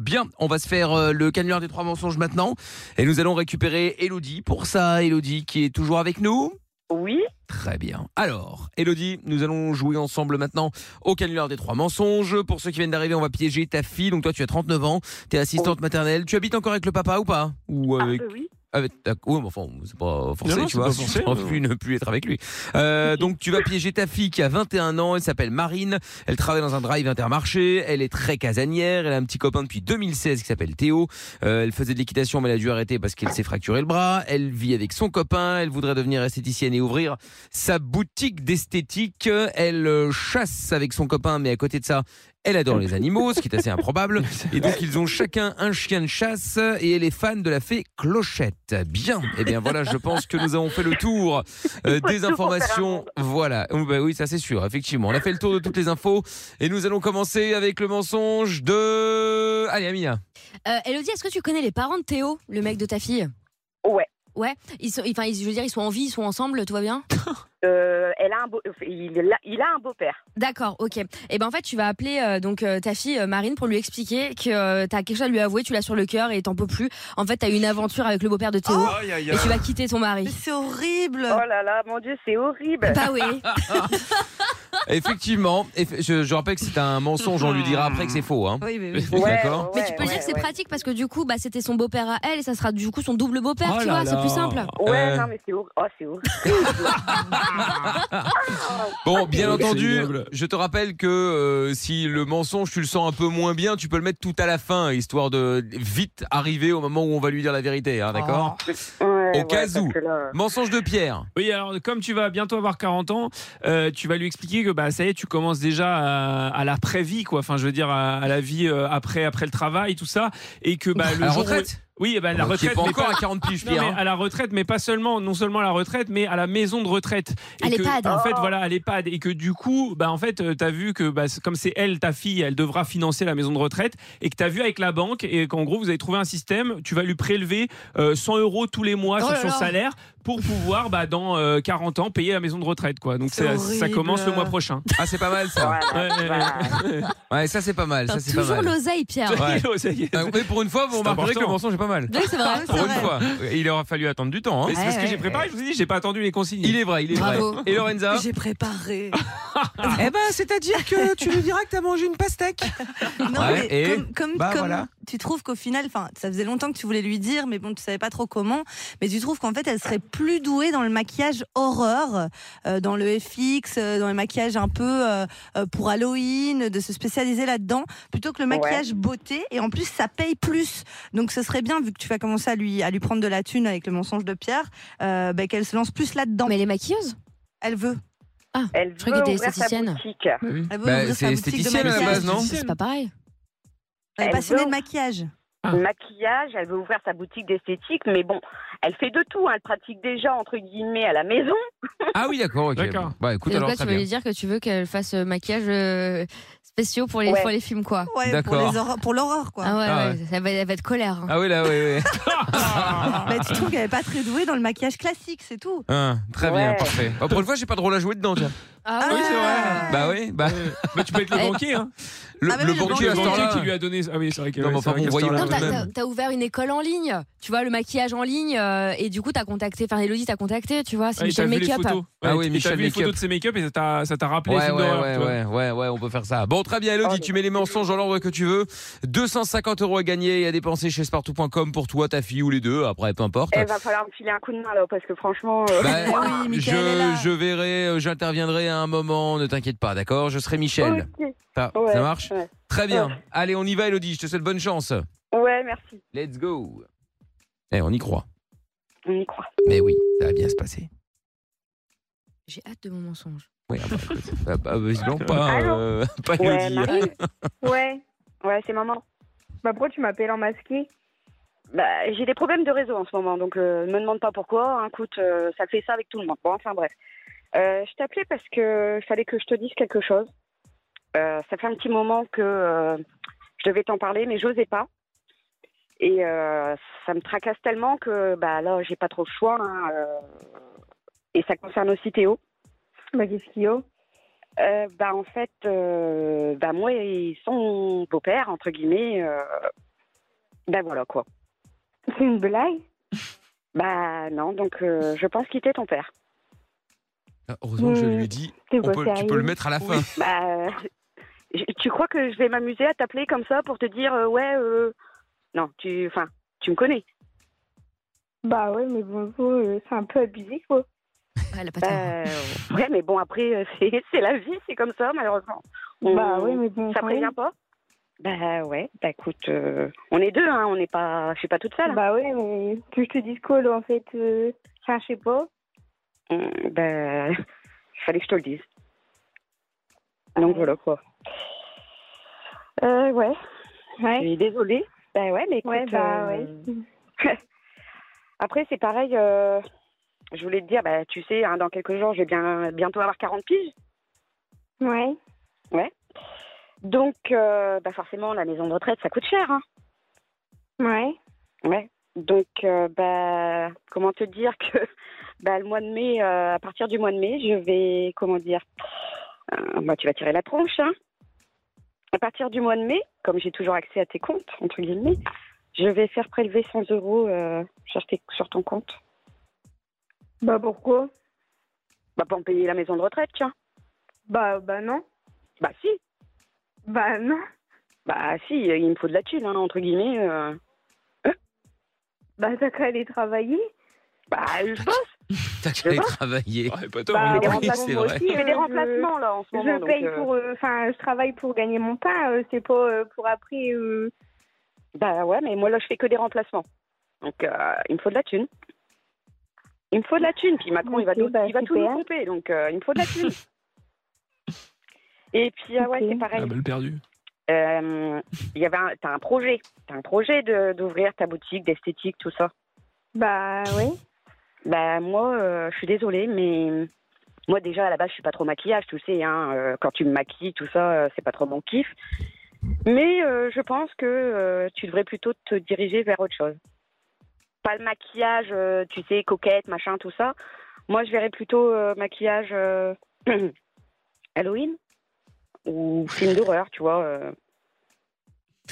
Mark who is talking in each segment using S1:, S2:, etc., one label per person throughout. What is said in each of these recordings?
S1: Bien, on va se faire euh, le canular des trois mensonges maintenant. Et nous allons récupérer Elodie. Pour ça, Elodie qui est toujours avec nous.
S2: Oui,
S1: Très bien. Alors, Elodie, nous allons jouer ensemble maintenant au canular des trois mensonges. Pour ceux qui viennent d'arriver, on va piéger ta fille. Donc toi, tu as 39 ans, tu es assistante maternelle. Tu habites encore avec le papa ou pas Ou euh,
S2: un
S1: avec...
S2: peu oui.
S1: avec- Oui, mais enfin, c'est pas forcé,
S3: Non, non,
S1: tu
S3: c'est
S1: vois.
S3: pas forcé,
S1: on
S3: mais-
S1: plus ne plus être avec lui. Euh, donc tu vas piéger ta fille qui a 21 ans, elle s'appelle Marine, elle travaille dans un drive intermarché, elle est très casanière, elle a un petit copain depuis 2016 qui s'appelle Théo, Euh, elle faisait de l'équitation mais elle a dû arrêter parce qu'elle s'est fracturé le bras, elle vit avec son copain, elle voudrait devenir esthéticienne et ouvrir sa boutique d'esthétique, elle euh, chasse avec son copain mais à côté de ça... Elle adore les animaux, ce qui est assez improbable. Et donc, ils ont chacun un chien de chasse et elle est fan de la fée Clochette. Bien. Eh bien, voilà, je pense que nous avons fait le tour euh, des
S2: faut tout pour faire un
S1: informations.
S2: monde.
S1: Voilà. Oui, bah oui, ça c'est sûr, effectivement. On a fait le tour de toutes les infos et nous allons commencer avec le mensonge de. Allez, Amina.
S4: Euh, Elodie, est-ce que tu connais les parents de Théo, le mec de ta fille
S2: Ouais.
S4: Ouais. Ils sont, enfin, ils- je veux dire, ils sont en vie, ils sont ensemble, tout va bien
S2: Euh, elle a un beau, il, a, il a un beau-père.
S4: D'accord, ok. Et ben en fait, tu vas appeler euh, donc euh, ta fille euh, Marine pour lui expliquer que euh, t'as quelque chose à lui avouer, tu l'as sur le cœur et t'en peux plus. En fait, t'as eu une aventure avec le beau-père de
S1: Oh
S4: Théo
S3: Aïe, aïe,
S4: et
S3: aïe.
S4: tu vas quitter ton mari.
S5: Mais c'est horrible.
S2: Oh là là, mon Dieu, c'est horrible.
S4: Bah oui.
S1: Effectivement. eff- Je, je rappelle que c'est un mensonge. On lui dira après que c'est faux. hein.
S5: Oui, mais oui.
S1: Je suis D'accord.
S4: Mais tu peux dire que c'est
S2: ouais.
S4: pratique parce que du coup, bah c'était son beau-père à elle et ça sera du coup son double beau-père,
S3: Oh
S4: tu
S3: là
S4: vois, c'est plus
S3: là.
S4: simple.
S2: Ouais,
S1: Euh.
S2: non, mais c'est horrible. Oh, c'est horrible.
S1: Bon, bien
S3: C'est
S1: entendu,
S3: ignoble.
S1: je te rappelle que euh, si le mensonge tu le sens un peu moins bien, tu peux le mettre tout à la fin, histoire de vite arriver au moment où on va lui dire la vérité. hein, D'accord.
S2: Ouais,
S1: Au
S2: ouais,
S1: cas
S2: parce
S1: où.
S2: que là-
S1: Mensonge de Pierre.
S3: Oui, alors comme tu vas bientôt avoir 40 ans, euh, tu vas lui expliquer que bah ça y est, tu commences déjà à, à la pré-vie, quoi. Enfin, je veux dire à, à la vie euh, après après le travail, tout ça, et que bah le
S1: À la
S3: jour où-
S1: retraite.
S3: Oui, bah, la
S1: Qui est
S3: retraite,
S1: pas
S3: mais
S1: encore
S3: pas-
S1: à 40 piges,
S3: Non, mais
S1: Pierre. hein.
S3: à la retraite, mais pas seulement, non seulement à la retraite, mais à la maison de retraite.
S4: À
S3: Et que-
S4: l'EHPAD.
S3: En fait,
S2: Oh.
S3: voilà, à l'EHPAD. Et que du coup, bah, en fait, euh, t'as vu que, bah, c'est- comme c'est elle, ta fille, elle devra financer la maison de retraite, et que t'as vu avec la banque, et qu'en gros, vous avez trouvé un système, tu vas lui prélever euh, 100 euros tous les mois
S5: Oh
S3: sur
S5: là
S3: son
S5: là.
S3: salaire pour pouvoir, bah, dans euh, 40 ans, payer la maison de retraite, quoi. Donc,
S5: C'est
S3: ça, ça
S5: horrible.
S3: commence le mois prochain.
S1: Ah, c'est pas mal ça.
S2: Voilà,
S3: Ouais,
S2: voilà.
S1: Ouais, ça c'est pas mal. Ça
S4: T'as
S1: c'est pas
S4: toujours
S1: mal.
S4: l'oseille, Pierre.
S1: Ouais.
S3: Ça y est.
S1: Euh, mais pour une fois, vous
S3: C'est
S1: remarquerez
S3: important.
S1: que le mensonge est pas mal.
S4: Oui, c'est vrai.
S1: Pour une fois. Il aura fallu attendre du temps. hein.
S3: Mais c'est parce que
S4: Ouais,
S3: j'ai
S4: ouais.
S3: préparé, je vous ai dit, j'ai pas attendu les consignes.
S1: Il est vrai, il est
S4: Bravo.
S1: vrai. Et Lorenza
S5: J'ai préparé.
S1: Eh ben, c'est-à-dire que tu lui diras que t'as mangé une pastèque.
S5: Non,
S1: Ouais,
S5: mais
S1: et
S5: comme, comme,
S1: Bah,
S5: comme
S1: voilà.
S5: tu trouves qu'au final, enfin, ça faisait longtemps que tu voulais lui dire, mais bon, tu savais pas trop comment. Mais tu trouves qu'en fait, elle serait plus douée dans le maquillage horreur, euh, dans le FX, euh, dans le maquillage un peu euh, euh, pour Halloween, de se spécialiser là-dedans, plutôt que le
S2: Ouais.
S5: maquillage beauté. Et en plus, ça paye plus. Donc, ce serait bien, vu que tu vas commencer à lui, à lui prendre de la thune avec le mensonge de Pierre, euh, bah, qu'elle se lance plus là-dedans.
S4: Mais elle est maquilleuse.
S5: Elle veut.
S2: Elle veut
S4: Je croyais que t'étais
S2: ouvrir sa
S4: esthéticienne.
S2: boutique.
S5: Elle veut
S1: Mmh. Bah,
S5: ouvrir sa
S1: c'est
S5: boutique de
S1: esthéticienne, à la
S5: maquillage.
S1: base, non
S4: C'est pas pareil.
S5: Elle est
S2: Elle
S5: passionnée
S2: veut-
S5: de maquillage.
S3: Ah.
S2: Maquillage, elle veut ouvrir sa boutique d'esthétique, mais bon, elle fait de tout. hein. Elle pratique déjà, entre guillemets, à la maison.
S1: Ah oui, d'accord, ok.
S3: D'accord.
S1: Bah écoute,
S4: Et donc
S1: alors
S4: là, tu
S1: très
S4: veux
S1: bien.
S4: lui dire que tu veux qu'elle fasse euh, maquillage euh, spéciaux pour les,
S2: Ouais.
S4: pour les films, quoi.
S5: Ouais, pour
S1: D'accord.
S5: les horreurs- pour l'horreur, quoi.
S4: Ah ouais,
S1: Ah
S4: ouais, Ça va, elle va être colère. hein.
S1: Ah oui, là, oui, oui.
S5: Bah, tu trouves qu'elle n'est pas très douée dans le maquillage classique, c'est tout.
S1: Hein, très bien,
S2: Ouais.
S1: parfait. Bah, pour une fois, j'ai pas de rôle à jouer dedans, tiens.
S4: Ah
S5: oui,
S4: ouais.
S5: c'est vrai.
S1: Bah oui, bah.
S3: Euh, bah, tu peux être le
S4: Eh.
S3: banquier, hein.
S1: Le,
S5: Ah,
S1: bah
S5: mais
S1: le
S5: oui, le
S1: banquier à ce
S5: banquier.
S1: temps-là.
S3: qui lui a donné. Ah oui, c'est vrai que
S1: Non, mais
S3: c'est
S1: enfin,
S3: vrai
S1: bon,
S3: qu'à ce
S1: voyons
S3: temps-là,
S4: Non,
S1: tout
S4: t'as-
S1: de
S4: t'as
S1: même.
S4: t'as ouvert une école en ligne, tu vois, le maquillage en ligne, euh, et du coup, t'as contacté, enfin, Elodie t'a contacté, tu vois, c'est
S3: Ah, et t'as
S4: Michel
S3: vu les
S4: Make-up.
S3: photos. Ouais,
S1: Ah oui,
S3: et
S1: Michel
S3: T'as vu les photos
S1: Make-up.
S3: de ses make-up et ça t'a- ça t'a rappelé les
S1: Ouais, ouais,
S3: films d'horreur,
S1: ouais,
S3: tu vois.
S1: ouais, ouais, ouais, on peut faire ça. Bon, très bien, Elodie,
S2: Oh.
S1: tu mets les mensonges dans l'ordre que tu veux. 250 euros à gagner et à dépenser chez spartou.com pour toi, ta fille ou les deux. Après, peu importe.
S2: Elle va falloir me filer un coup de main, là, parce que franchement. euh,
S1: Bah,
S5: oui, Mickaël est
S1: je,
S5: là.
S1: je verrai, euh, j'interviendrai à un moment, ne t'inquiète pas, d'accord Je serai Michel.
S2: ok.
S1: Ça,
S2: Ouais,
S1: ça marche
S2: ouais.
S1: Très bien.
S2: Ouais.
S1: Allez, on y va, Elodie, je te souhaite bonne chance.
S2: Ouais, merci.
S1: Let's go. Eh, on y croit.
S2: On y croit.
S1: Mais oui, ça va bien se passer.
S4: J'ai hâte de mon mensonge.
S1: Oui, ah bah, écoute, bah, bah,
S2: Ah,
S1: visiblement pas,
S2: Allô
S1: euh, pas
S2: Ah Ouais,
S1: Elodie.
S2: Marie. ouais, ouais, c'est maman.
S6: Bah pourquoi tu m'appelles en masqué
S2: Bah, j'ai des problèmes de réseau en ce moment, donc euh, ne me demande pas pourquoi. hein, écoute, euh, ça fait ça avec tout le monde. Bon, enfin bref. Euh, je t'appelais parce que il fallait que je te dise quelque chose. Euh, ça fait un petit moment que euh, je devais t'en parler, mais j'osais pas. Et euh, ça me tracasse tellement que bah là, j'ai pas trop le choix. hein, euh, et ça concerne aussi Théo.
S6: Bah qu'est-ce qu'il y a
S2: Euh, bah en fait, euh, bah moi et son beau-père entre guillemets, euh, Ben voilà quoi.
S6: C'est une blague
S2: Bah non, donc euh, je pense quitter ton père.
S7: Ah, Heureusement que je lui ai dit,
S6: C'est
S7: on
S6: pas
S7: peut- tu peux
S6: sérieux.
S7: le mettre à la fin.
S2: Bah, euh, je- tu crois que je vais m'amuser à t'appeler comme ça pour te dire euh, ouais euh, non tu enfin tu me connais.
S6: Bah ouais, mais bon, bon, euh, c'est un peu abusé, quoi.
S4: Ouais, Ah, elle a pas tort.
S2: Bah, ouais mais bon après euh, c'est c'est la vie c'est comme ça malheureusement. On-
S6: Bah ouais, mais bon,
S2: ça
S6: quand même.
S2: prévient pas. Bah ouais bah écoute euh, on est deux hein on n'est pas je suis pas toute seule. hein.
S6: Bah ouais, mais que je te dise quoi, là, en fait euh, Enfin, je sais pas.
S2: Hum, Ben, il fallait que je te le dise. Donc voilà quoi. Euh, ouais, je
S6: Ouais,
S2: suis désolée. Ben ouais, mais écoute.
S6: ouais bah
S2: euh,
S6: ouais.
S2: Après, c'est pareil, euh, je voulais te dire, bah, tu sais, hein, dans quelques jours, je vais bien, bientôt avoir 40 piges.
S6: Ouais.
S2: Donc, euh, bah, forcément, la maison de retraite, ça coûte cher. Hein.
S6: Ouais.
S2: Ouais. Donc, euh, bah, comment te dire que bah, le mois de mai, euh, à partir du mois de mai, je vais, comment dire, euh, bah, tu vas tirer la tronche. Hein. À partir du mois de mai, comme j'ai toujours accès à tes comptes, entre guillemets, je vais faire prélever 100 euros euh, sur, tes- sur ton compte.
S6: Bah pourquoi
S2: Bah, pour me payer la maison de retraite, tiens.
S6: Bah bah non.
S2: Bah, si.
S6: Bah non.
S2: Bah, si, il me faut de la thune, hein, entre guillemets. euh.
S6: Bah t'as qu'à aller travailler.
S2: Bah, je pense.
S7: T'as qu'à aller
S2: pas.
S7: travailler.
S3: Oh, elle est pas tort,
S6: Bah,
S3: hein,
S2: Mais
S7: oui,
S2: des
S6: ouais,
S7: c'est
S2: remplacements
S7: vrai.
S2: aussi, mais
S6: Euh,
S2: des
S6: je-
S2: remplacements, là, en ce moment.
S6: Je
S2: donc,
S6: paye
S2: euh,
S6: pour... euh, Enfin, je travaille pour gagner mon pain. euh, c'est pas euh, pour après... euh,
S2: Bah ouais, mais moi là je fais que des remplacements. Donc euh, il me faut de la thune. Il me faut de la thune, puis Macron il va
S6: Ok,
S2: tout,
S6: bah,
S2: il va tout nous
S6: super.
S2: couper, donc euh, il me faut de la thune. Et puis ah ouais,
S6: Ok.
S2: c'est
S3: Elle
S2: pareil.
S3: a mal bah, perdu.
S2: Euh, Il y avait, un- t'as un projet, t'as un projet de- d'ouvrir ta boutique d'esthétique, tout ça.
S6: Bah ouais.
S2: Bah moi, euh, je suis désolée, mais moi déjà à la base je suis pas trop maquillage, tu sais, hein, euh, quand tu me maquilles, tout ça, euh, c'est pas trop mon kiff. Mais euh, je pense que euh, tu devrais plutôt te diriger vers autre chose. Pas le maquillage, euh, tu sais, coquette, machin, tout ça. Moi je verrais plutôt euh, maquillage euh, Halloween ou film d'horreur, tu vois. euh.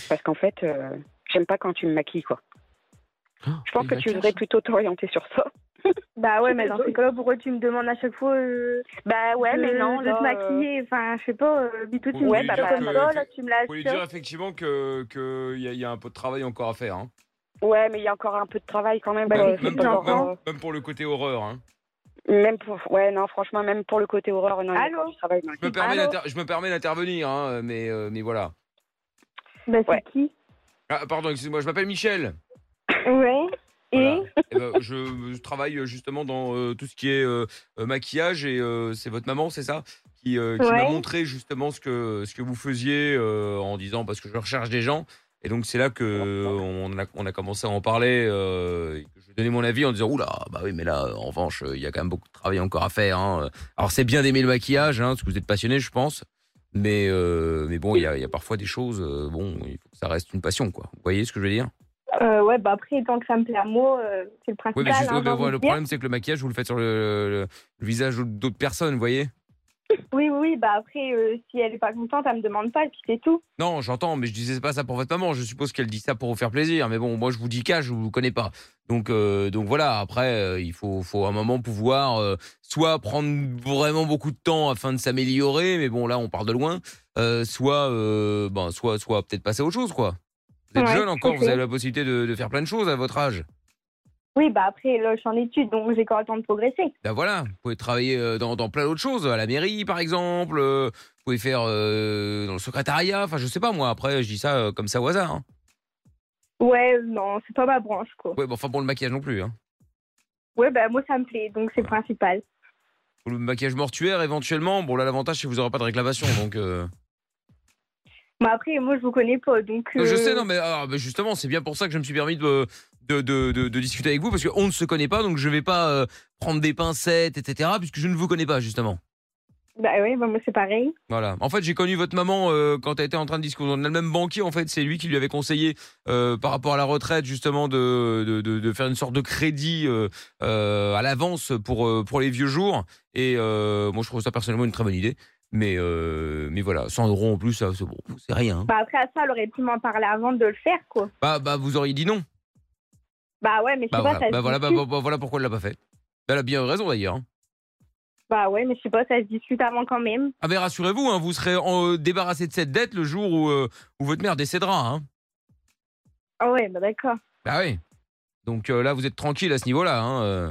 S2: parce qu'en fait, euh, j'aime pas quand tu me maquilles, quoi. Je pense que tu devrais plutôt t'orienter sur ça.
S6: Bah ouais, mais dans ces cas-là, pourquoi tu me demandes à chaque fois euh,
S2: Bah ouais,
S6: de,
S2: mais non,
S6: de
S2: là,
S6: te maquiller Enfin, je sais pas, euh, bientôt tu
S2: Ouais,
S6: me
S2: bah,
S6: dis
S2: bah,
S6: comme
S2: bah,
S6: ça,
S2: bah,
S6: là, tu me l'as
S1: Faut lui dire effectivement que qu'il y, a- il y a un peu de travail encore à faire. hein.
S2: euh, ouais, mais il y a encore un peu de travail quand même.
S6: Bah,
S2: quoi.
S6: c'est
S2: C'est
S1: même,
S6: pas
S1: pour,
S2: encore,
S6: j'entends.
S1: même- même pour le côté horreur. hein.
S2: euh, même pour, ouais, non, franchement, même pour le côté horreur, non, il y a
S6: Allô
S2: encore du travail. non.
S1: Je me permets
S6: Allô
S1: d'inter- je me permets d'intervenir, hein, mais, euh, mais voilà.
S6: Bah c'est
S2: Ouais.
S6: qui
S1: Ah, pardon, excusez-moi, je m'appelle Michel.
S6: Ouais.
S1: Voilà.
S6: Et
S1: Eh ben, je, je travaille justement dans euh, tout ce qui est euh, euh, maquillage et euh, c'est votre maman, c'est ça qui, euh, qui m'a
S6: Ouais.
S1: montré justement ce que, ce que vous faisiez euh, en disant parce que je recherche des gens. Et donc c'est là que euh, on a, on a commencé à en parler. euh, et que je donnais mon avis en disant oula bah oui mais là euh, en revanche euh, il y a quand même beaucoup de travail encore à faire. hein. Alors c'est bien d'aimer le maquillage hein, parce que vous êtes passionné je pense. Mais euh, mais bon il y, a- il y a parfois des choses euh, bon il faut que ça reste une passion quoi. Vous voyez ce que je veux dire
S6: Euh, ouais, bah après, tant que ça me plaît à moi, euh, c'est le
S1: Oui,
S6: principal.
S1: mais juste-
S6: hein,
S1: oui,
S6: j'ai
S1: mais
S6: envie
S1: voilà,
S6: de
S1: le
S6: dire.
S1: problème, c'est que le maquillage, vous le faites sur le, le- le visage d'autres personnes, vous voyez
S6: Oui, oui, bah après, euh, si elle est pas contente, elle me demande pas, et puis c'est tout.
S1: Non, j'entends, mais je disais pas ça pour votre maman. Je suppose qu'elle dit ça pour vous faire plaisir. Mais bon, moi, je vous dis cash, je vous connais pas. Donc, euh, donc voilà, après, euh, il faut, faut à un moment pouvoir euh, soit prendre vraiment beaucoup de temps afin de s'améliorer, mais bon, là, on part de loin, euh, soit, euh, ben, soit, soit peut-être passer à autre chose, quoi. Vous êtes
S6: Ouais,
S1: jeune encore,
S6: ok.
S1: vous avez la possibilité de, de faire plein de choses à votre âge.
S6: Oui, bah après, là, je suis en études, donc j'ai encore le temps de progresser.
S1: Ben voilà, vous pouvez travailler euh, dans, dans plein d'autres choses, à la mairie par exemple, euh, vous pouvez faire euh, dans le secrétariat, enfin je sais pas moi, après je dis ça euh, comme ça au hasard. hein.
S6: Ouais, euh, non, c'est pas ma branche, quoi.
S1: Ouais, bon, enfin bon, le maquillage non plus. hein.
S6: Ouais, bah moi, ça me plaît, donc c'est le principal.
S1: Ou Le maquillage mortuaire éventuellement, bon là l'avantage c'est que vous aurez pas de réclamation, donc... euh,
S6: Mais après, moi, je vous connais pas, donc.
S1: Non, je
S6: euh,
S1: sais, non mais, ah, mais justement c'est bien pour ça que je me suis permis de, de, de- de- de discuter avec vous, parce qu'on ne se connaît pas, donc je vais pas euh, prendre des pincettes, etc., puisque je ne vous connais pas justement.
S6: Bah ouais, bah moi, c'est pareil.
S1: Voilà. En fait, j'ai connu votre maman euh, quand elle était en train de discuter. On a le même banquier, en fait. C'est lui qui lui avait conseillé, euh, par rapport à la retraite, justement, de, de, de- de faire une sorte de crédit euh, euh, à l'avance pour, euh, pour les vieux jours. Et euh, moi, je trouve ça personnellement une très bonne idée. Mais, euh, mais voilà, 100 euros en plus, ça, c'est bon, c'est rien. hein.
S6: Bah après à ça, elle aurait pu m'en parler avant de le faire, quoi.
S1: Bah, bah, vous auriez dit non.
S6: Bah ouais, mais je
S1: Bah
S6: sais pas,
S1: voilà,
S6: ça
S1: bah,
S6: se
S1: voilà, bah,
S6: discute.
S1: bah, bah, voilà pourquoi elle l'a pas fait. Bah, Elle a bien raison d'ailleurs. hein.
S6: Bah ouais, mais je sais pas, ça se discute avant quand même.
S1: Ah mais rassurez-vous, hein, vous serez en- débarrassé de cette dette le jour où, euh, où votre mère décédera. Hein.
S6: Ah ouais, bah d'accord.
S1: Bah oui. Donc euh, là, vous êtes tranquille à ce niveau-là. Hein, euh.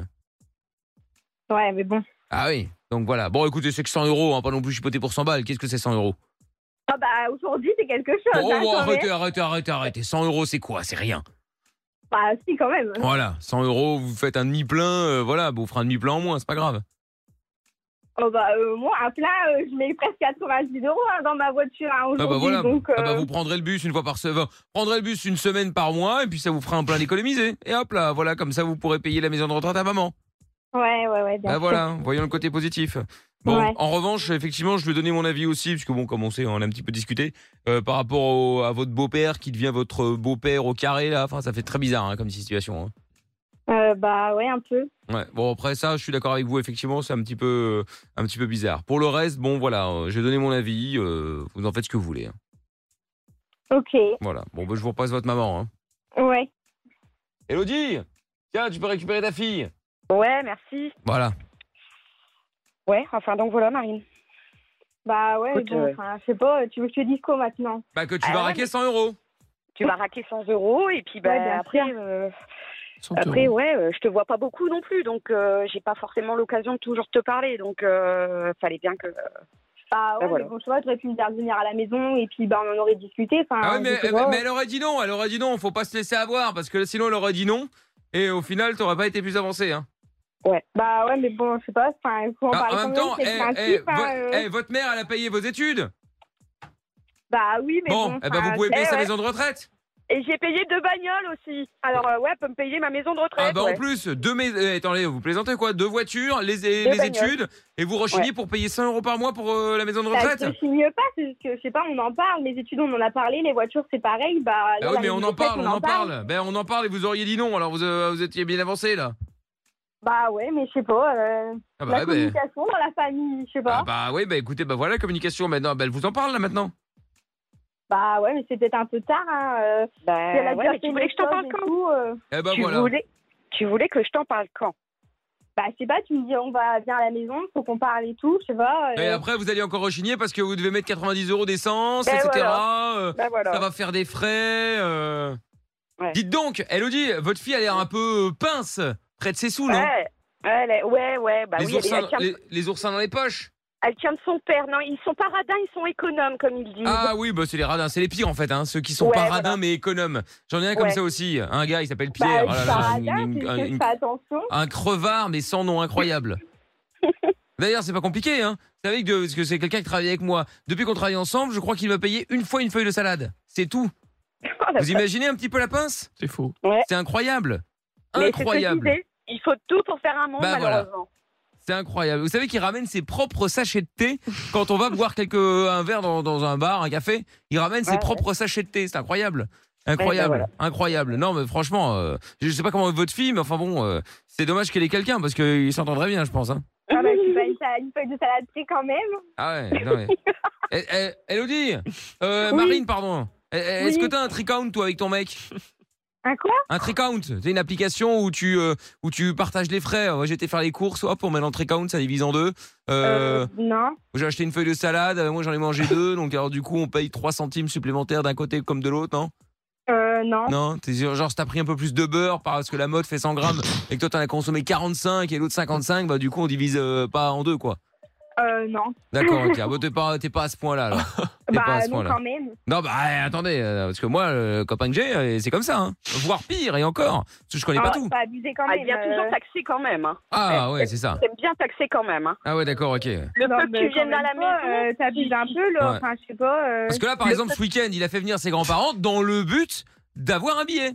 S6: Ouais, mais bon.
S1: Ah oui. Donc voilà. Bon, écoutez, c'est que 100 euros, hein, pas non plus chipoter pour 100 balles. Qu'est-ce que c'est 100 euros Oh,
S6: Ah bah aujourd'hui, c'est quelque chose.
S1: Bon,
S6: hein,
S1: bon,
S6: quand même.
S1: arrêtez, arrêtez, arrêtez, arrêtez. 100 euros, c'est quoi C'est rien.
S6: Bah si, quand même.
S1: Voilà, 100 euros, vous faites un demi-plein, euh, voilà, bon, on fera un demi-plein en moins, c'est pas grave.
S6: Oh bah euh, moi, un plat, euh, je mets presque 90 euros hein, dans ma voiture hein,
S1: Ah
S6: aujourd'hui.
S1: bah voilà,
S6: Donc,
S1: Ah bah
S6: euh,
S1: vous prendrez le bus une fois par semaine, prendrez le bus une semaine par mois, et puis ça vous fera un plein d'économiser. Et hop là, voilà, comme ça vous pourrez payer la maison de retraite à maman.
S6: Ouais, ouais, ouais. Bien
S1: Bah
S6: sûr.
S1: voilà, voyons le côté positif. Bon,
S6: Ouais.
S1: en revanche, effectivement, je vais donner mon avis aussi, puisque bon, comme on sait, on a un petit peu discuté, euh, par rapport au- à votre beau-père qui devient votre beau-père au carré, là, enfin, ça fait très bizarre hein, comme situation. hein.
S6: Euh, bah ouais, un peu.
S1: Ouais, bon après ça, je suis d'accord avec vous. Effectivement, c'est un petit peu, euh, un petit peu bizarre. Pour le reste, bon voilà, euh, j'ai donné mon avis. euh, vous en faites ce que vous voulez. hein.
S6: Ok.
S1: Voilà. Bon, bah, je vous repasse votre maman. Hein.
S6: Ouais.
S1: Elodie, tiens, tu peux récupérer ta fille.
S2: Ouais, merci.
S1: Voilà.
S2: Ouais, enfin, donc voilà, Marine.
S6: Bah ouais,
S2: Écoute,
S6: bon,
S2: euh,
S6: enfin, je sais pas, tu veux que je te dise quoi maintenant
S1: Bah que tu
S2: Ah
S1: vas
S2: ouais,
S1: raquer 100 euros.
S2: Tu vas raquer 100 euros et puis bah,
S6: Ouais, bien
S2: après,
S6: sûr.
S2: euh, après ouais, euh, je te vois pas beaucoup non plus, donc euh, j'ai pas forcément l'occasion de toujours te parler, donc euh, fallait bien que.
S6: Bah ouais,
S2: Ah, voilà.
S6: mais bon, tu vois, j'aurais pu me dire de venir à la maison et puis bah on en aurait discuté. Enfin,
S1: Ah ouais,
S6: je
S1: mais, mais-
S6: sais pas.
S1: mais elle aurait dit non. Elle aurait dit non. Faut pas se laisser avoir parce que sinon elle aurait dit non. Et au final, t'aurais pas été plus avancé. Hein.
S6: Bah ouais, mais bon, bah, je sais pas, enfin, il faut en
S1: Ah,
S6: parler
S1: en
S6: quand
S1: même temps,
S6: c'est le
S1: eh, eh,
S6: principe, hein,
S1: vo-
S6: euh.
S1: eh, votre mère, elle a payé vos études.
S6: Bah oui, mais
S1: Bon,
S6: bon.
S1: eh ben, vous
S6: enfin,
S1: pouvez
S6: c'est-
S1: payer sa
S2: ouais.
S1: maison de retraite.
S2: Et j'ai payé deux bagnoles aussi. Alors euh, ouais, elle peut me payer ma maison de retraite.
S1: Ah bah
S2: ouais.
S1: en plus, deux mais... euh, attendez, vous plaisantez quoi Deux voitures, les, les
S2: bagnoles.
S1: études, et vous rechignez pour payer 100 euros par mois pour euh, la maison de
S6: Bah,
S1: retraite
S6: je signe pas, c'est juste que, je sais pas, on en parle, les études, on en a parlé, les voitures, c'est pareil, bah...
S1: Ah
S6: là,
S1: oui,
S6: la
S1: mais on en
S6: bibliothèque,
S1: parle, on en parle. Ben on en parle et vous auriez dit non, alors vous, euh, vous étiez bien avancé là.
S6: Bah ouais, mais je sais pas, euh,
S1: Ah
S6: la
S1: ouais, ben-
S6: communication dans la famille, je sais pas.
S1: Ah bah oui, bah écoutez, bah voilà la communication maintenant. Ben elle vous en parle là maintenant.
S6: Bah ouais, mais c'est peut-être un peu tard, hein, euh,
S2: Bah,
S6: si elle a
S2: ouais,
S6: déjà
S2: mais
S6: fait
S2: tu voulais
S6: les
S2: que je t'en
S6: choses
S2: parle
S6: et
S2: quand
S6: tout, euh,
S1: Eh ben
S2: tu,
S1: voilà.
S2: voulais, tu voulais que je t'en parle quand
S6: Bah je sais pas, tu me dis, on va bien à la maison, faut qu'on parle et tout, je sais pas... euh,
S1: Et après vous allez encore rechigner parce que vous devez mettre 90 euros d'essence,
S2: Ben
S1: etc.
S2: voilà.
S1: euh,
S2: Bah voilà.
S1: ça va faire des frais. euh.
S2: Ouais.
S1: Dites donc, Elodie, votre fille a l'air un peu euh, pince près de ses sous, non
S2: Ouais, elle est- ouais, ouais, bah
S1: les,
S2: oui, elle,
S1: oursins,
S2: elle tient,
S1: les- les oursins dans les poches.
S2: elle tient de son père. Non, ils sont pas radins, ils sont économes, comme ils disent.
S1: Ah oui, bah c'est les radins, c'est les pires en fait, hein, ceux qui sont
S2: Mm. Ouais,
S1: pas
S2: voilà.
S1: radins mais économes. J'en ai un comme
S2: Ouais.
S1: ça aussi, un gars il s'appelle
S6: Bah,
S1: Pierre,
S6: je
S1: Oh là
S6: suis
S1: là,
S6: pas
S1: une-
S6: radin,
S1: une-
S6: c'est
S1: un-
S6: juste que
S1: une-
S6: je fais attention.
S1: un crevard mais sans nom, incroyable. D'ailleurs c'est pas compliqué, hein. c'est avec de, parce que c'est quelqu'un qui travaille avec moi. Depuis qu'on travaille ensemble, je crois qu'il m'a payé une fois une feuille de salade, c'est tout.
S2: Oh, la
S1: Vous imaginez un petit peu la pince
S3: C'est faux.
S1: C'est incroyable,
S2: Mais c'est ce que je
S1: incroyable,
S2: disais, Il faut tout pour faire un monde,
S1: Bah, voilà.
S2: malheureusement.
S1: c'est incroyable. Vous savez qu'il ramène ses propres sachets de thé quand on va boire quelque, un verre dans, dans un bar, un café, il ramène ses
S2: Ouais,
S1: propres sachets de thé, c'est incroyable. Incroyable,
S2: Ouais, ben
S1: incroyable. Non, mais franchement, euh, je sais pas comment est votre fille, mais enfin bon, euh, c'est dommage qu'elle ait quelqu'un parce qu'il s'entendrait bien, je pense. hein.
S6: Ah bah, je suis pas une salade- une feuille de salade près quand même.
S1: Ah ouais, non mais. Eh, eh, Elodie Euh,
S6: Oui.
S1: Marine, pardon. Eh, eh, Est-ce
S6: Oui.
S1: que t'as un trick-count, toi, avec ton mec
S6: Un quoi
S1: Un trick-count C'est une application où tu, euh, où tu partages les frais. Moi, j'étais faire les courses, hop, on met dans le trick-count, ça divise en deux. Euh,
S6: Euh, Non.
S1: J'ai acheté une feuille de salade, euh, moi j'en ai mangé deux, donc alors du coup, on paye 3 centimes supplémentaires d'un côté comme de l'autre, non
S6: Euh, non.
S1: Non, t'es genre, genre, si t'as pris un peu plus de beurre parce que la mode fait 100 grammes et que toi t'en as consommé 45 et l'autre 55, bah du coup on divise euh, pas en deux quoi.
S6: Euh, non.
S1: D'accord, ok. Ah, bah, t'es pas, t'es pas à ce point-là. Là. T'es pas à
S6: Bah
S1: ce
S6: non
S1: point-là.
S6: quand même.
S1: Non, bah eh, attendez, euh, parce que moi, le copain que j'ai, euh, c'est comme ça, hein. voire pire et encore, parce que je connais
S6: Ah,
S1: pas tout.
S6: Pas abusé quand
S2: Ah,
S6: même.
S2: Elle vient
S6: euh.
S2: toujours taxer quand même. Hein.
S1: Ah ouais, c'est ça.
S2: T'aimes bien taxer quand même. hein.
S1: Ah ouais, d'accord, ok.
S2: Le
S6: Non,
S2: peu que
S6: mais
S2: tu
S6: quand
S2: viennes à
S6: même
S2: la
S6: pas,
S2: maison.
S6: euh, T'abuses un peu, là.
S1: Ouais.
S6: Enfin, je sais pas. euh,
S1: Parce que là, par exemple, ce week-end, il a fait venir ses grands-parents dans le but d'avoir un billet,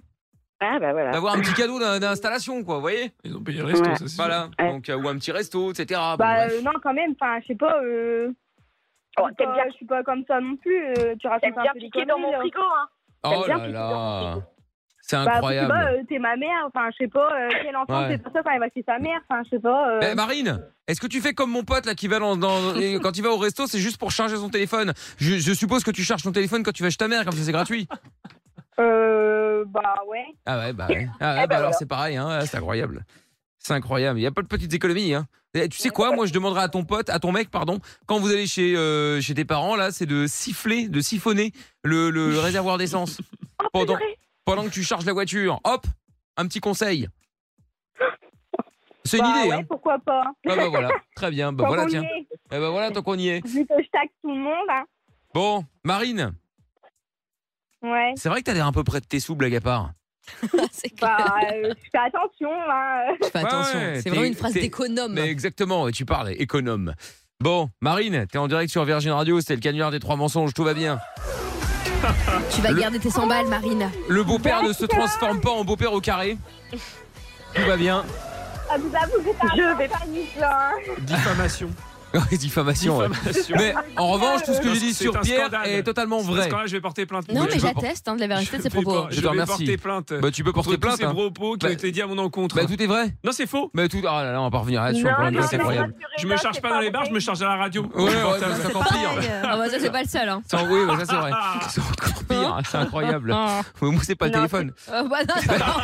S2: Ah, bah voilà.
S1: d'avoir un petit cadeau d'in- d'installation, quoi, vous voyez
S3: Ils ont payé le resto,
S2: Ouais.
S3: ça c'est sûr.
S1: Voilà,
S2: Ouais.
S1: donc, euh, ou un petit resto, etc. Ah, Bon,
S6: Bah
S1: bref.
S6: euh, non, quand même. Enfin, je sais pas. Euh...
S2: Oh,
S6: je suis
S2: t'aimes
S6: pas-
S2: bien-
S6: Je suis pas comme ça non plus. euh, tu racontes
S2: T'aimes
S6: un
S2: bien
S6: peu des
S2: piquer dans
S6: conneries,
S2: mon
S6: là.
S2: frigo. Hein.
S1: Oh
S2: bien
S1: là
S2: piquer
S1: là C'est
S6: Bah, je sais
S1: incroyable.
S6: pas, euh, t'es ma mère, enfin, je sais pas, euh, quel enfant
S1: Ouais.
S6: c'est pour ça quand il va chez sa mère, enfin, je sais pas. euh,
S1: Eh, Marine, est-ce que tu fais comme mon pote là qui va dans, dans- et quand il va au resto, c'est juste pour charger son téléphone je, je suppose que tu charges ton téléphone quand tu vas chez ta mère, comme ça c'est gratuit.
S6: euh, bah ouais.
S1: Ah ouais, bah, ouais. Ah ouais,
S6: Eh ben
S1: bah alors
S6: voilà.
S1: c'est pareil, hein, c'est incroyable. C'est incroyable. Il n'y a pas de petites économies. Hein. Eh, tu sais quoi Moi, je demanderai à ton pote, à ton mec, pardon, quand vous allez chez, euh, chez tes parents, là, c'est de siffler, de siphonner le, le- le réservoir d'essence
S6: Oh,
S1: pendant,
S6: purée.
S1: pendant que tu charges la voiture. Hop, un petit conseil. C'est une
S6: Bah
S1: idée.
S6: ouais,
S1: Hein.
S6: pourquoi pas. hein.
S1: Ah bah voilà, très bien. Bah
S6: Tant
S1: voilà,
S6: qu'on y
S1: tiens.
S6: est,
S1: Eh bah voilà, tant qu'on y est.
S6: Vu que je taxe tout le monde, hein.
S1: Bon, Marine,
S6: Ouais.
S1: c'est vrai que t'as l'air un peu près de tes sous, blague à part.
S4: C'est clair.
S6: Bah, euh, je fais attention, hein.
S4: Je fais attention.
S1: ouais,
S4: c'est vraiment
S1: t'es-
S4: une phrase
S1: t'es-
S4: d'économe.
S1: Mais exactement, et tu parles, économe. Bon, Marine, t'es en direct sur Virgin Radio, c'était le canular des trois mensonges, tout va bien.
S4: Tu vas
S1: Le-
S4: garder tes 100 balles, Marine.
S1: Le beau-père ne se transforme pas en beau-père au carré. Tout va bien.
S6: Ah, vous avouez que t'as un peu panique, là, hein.
S3: Diffamation.
S1: Ouais, Diffamation. ouais.
S3: Diffamation. Euh,
S1: Mais en revanche, tout ce que j'ai dit
S3: C'est
S1: sur
S3: un
S1: Pierre
S3: scandale.
S1: est totalement vrai.
S3: Parce que là, je vais porter plainte.
S4: Non,
S1: Oui,
S4: mais
S1: je peux
S4: j'atteste hein, de la vérité de
S3: Je
S4: ses
S3: vais por-
S4: propos.
S1: Je
S3: Je
S1: te
S3: vais
S1: remercie.
S3: porter plainte.
S1: Bah, tu peux porter
S3: contre tous
S1: plainte.
S3: ces
S1: hein.
S3: propos qui
S1: Bah-
S3: ont été dit à mon encontre.
S1: Bah, tout est vrai.
S3: Non, c'est faux.
S1: Bah, tout. Ah là là, on va pas revenir là-dessus, encore une fois, c'est
S6: mais
S1: incroyable.
S6: rassurez-moi,
S2: Bah,
S3: Je me charge
S6: c'est
S3: pas dans les bars, je me
S6: vrai.
S3: charge à la radio.
S1: Ouais, ouais,
S3: Portable.
S1: bah, c'est encore pire.
S5: Pareil, euh,
S4: Ah bah ça c'est pas le seul. Hein.
S1: C'est en- oui, bah, ça c'est vrai.
S3: Ah.
S1: C'est encore pire, c'est incroyable.
S4: Ah.
S1: Vous moussez pas le
S6: Non,
S1: téléphone.
S4: Euh, bah non, c'est encore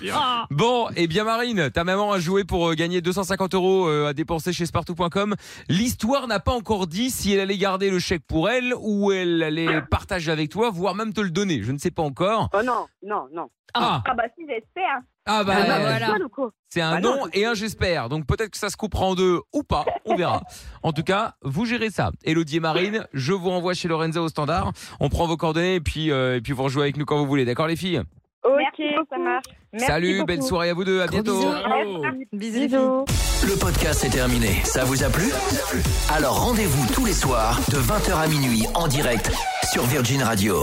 S4: pire. Ah.
S1: Bon, et bien Marine, ta maman a joué pour euh, gagner 250 euros euh, à dépenser chez spartou.com. L'histoire n'a pas encore dit si elle allait garder le chèque pour elle ou elle allait partager avec toi, voire même te le donner. Je ne sais pas encore.
S2: Oh non, non, non.
S1: Ah,
S6: Ah, bah si, j'espère.
S1: ah bah,
S4: Ah bah
S1: euh,
S4: voilà.
S2: Toi, le coup.
S1: c'est un
S2: Bah
S1: non
S2: non.
S1: et un j'espère. Donc peut-être que ça se coupera en deux ou pas, on verra. En tout cas, vous gérez ça. Elodie et Marine, je vous renvoie chez Lorenzo au standard. On prend vos coordonnées et puis, euh, et puis vous rejouez avec nous quand vous voulez. D'accord les filles
S6: Merci
S2: Ok, ça
S6: beaucoup.
S2: marche. Merci
S1: Salut,
S2: beaucoup.
S1: belle soirée à vous deux, à
S4: Gros
S1: bientôt.
S4: bisous.
S3: Oh.
S5: bisous, les filles.
S2: Bisous.
S8: Le podcast est terminé. Ça vous a plu Alors rendez-vous tous les soirs de 20h à minuit en direct sur Virgin Radio.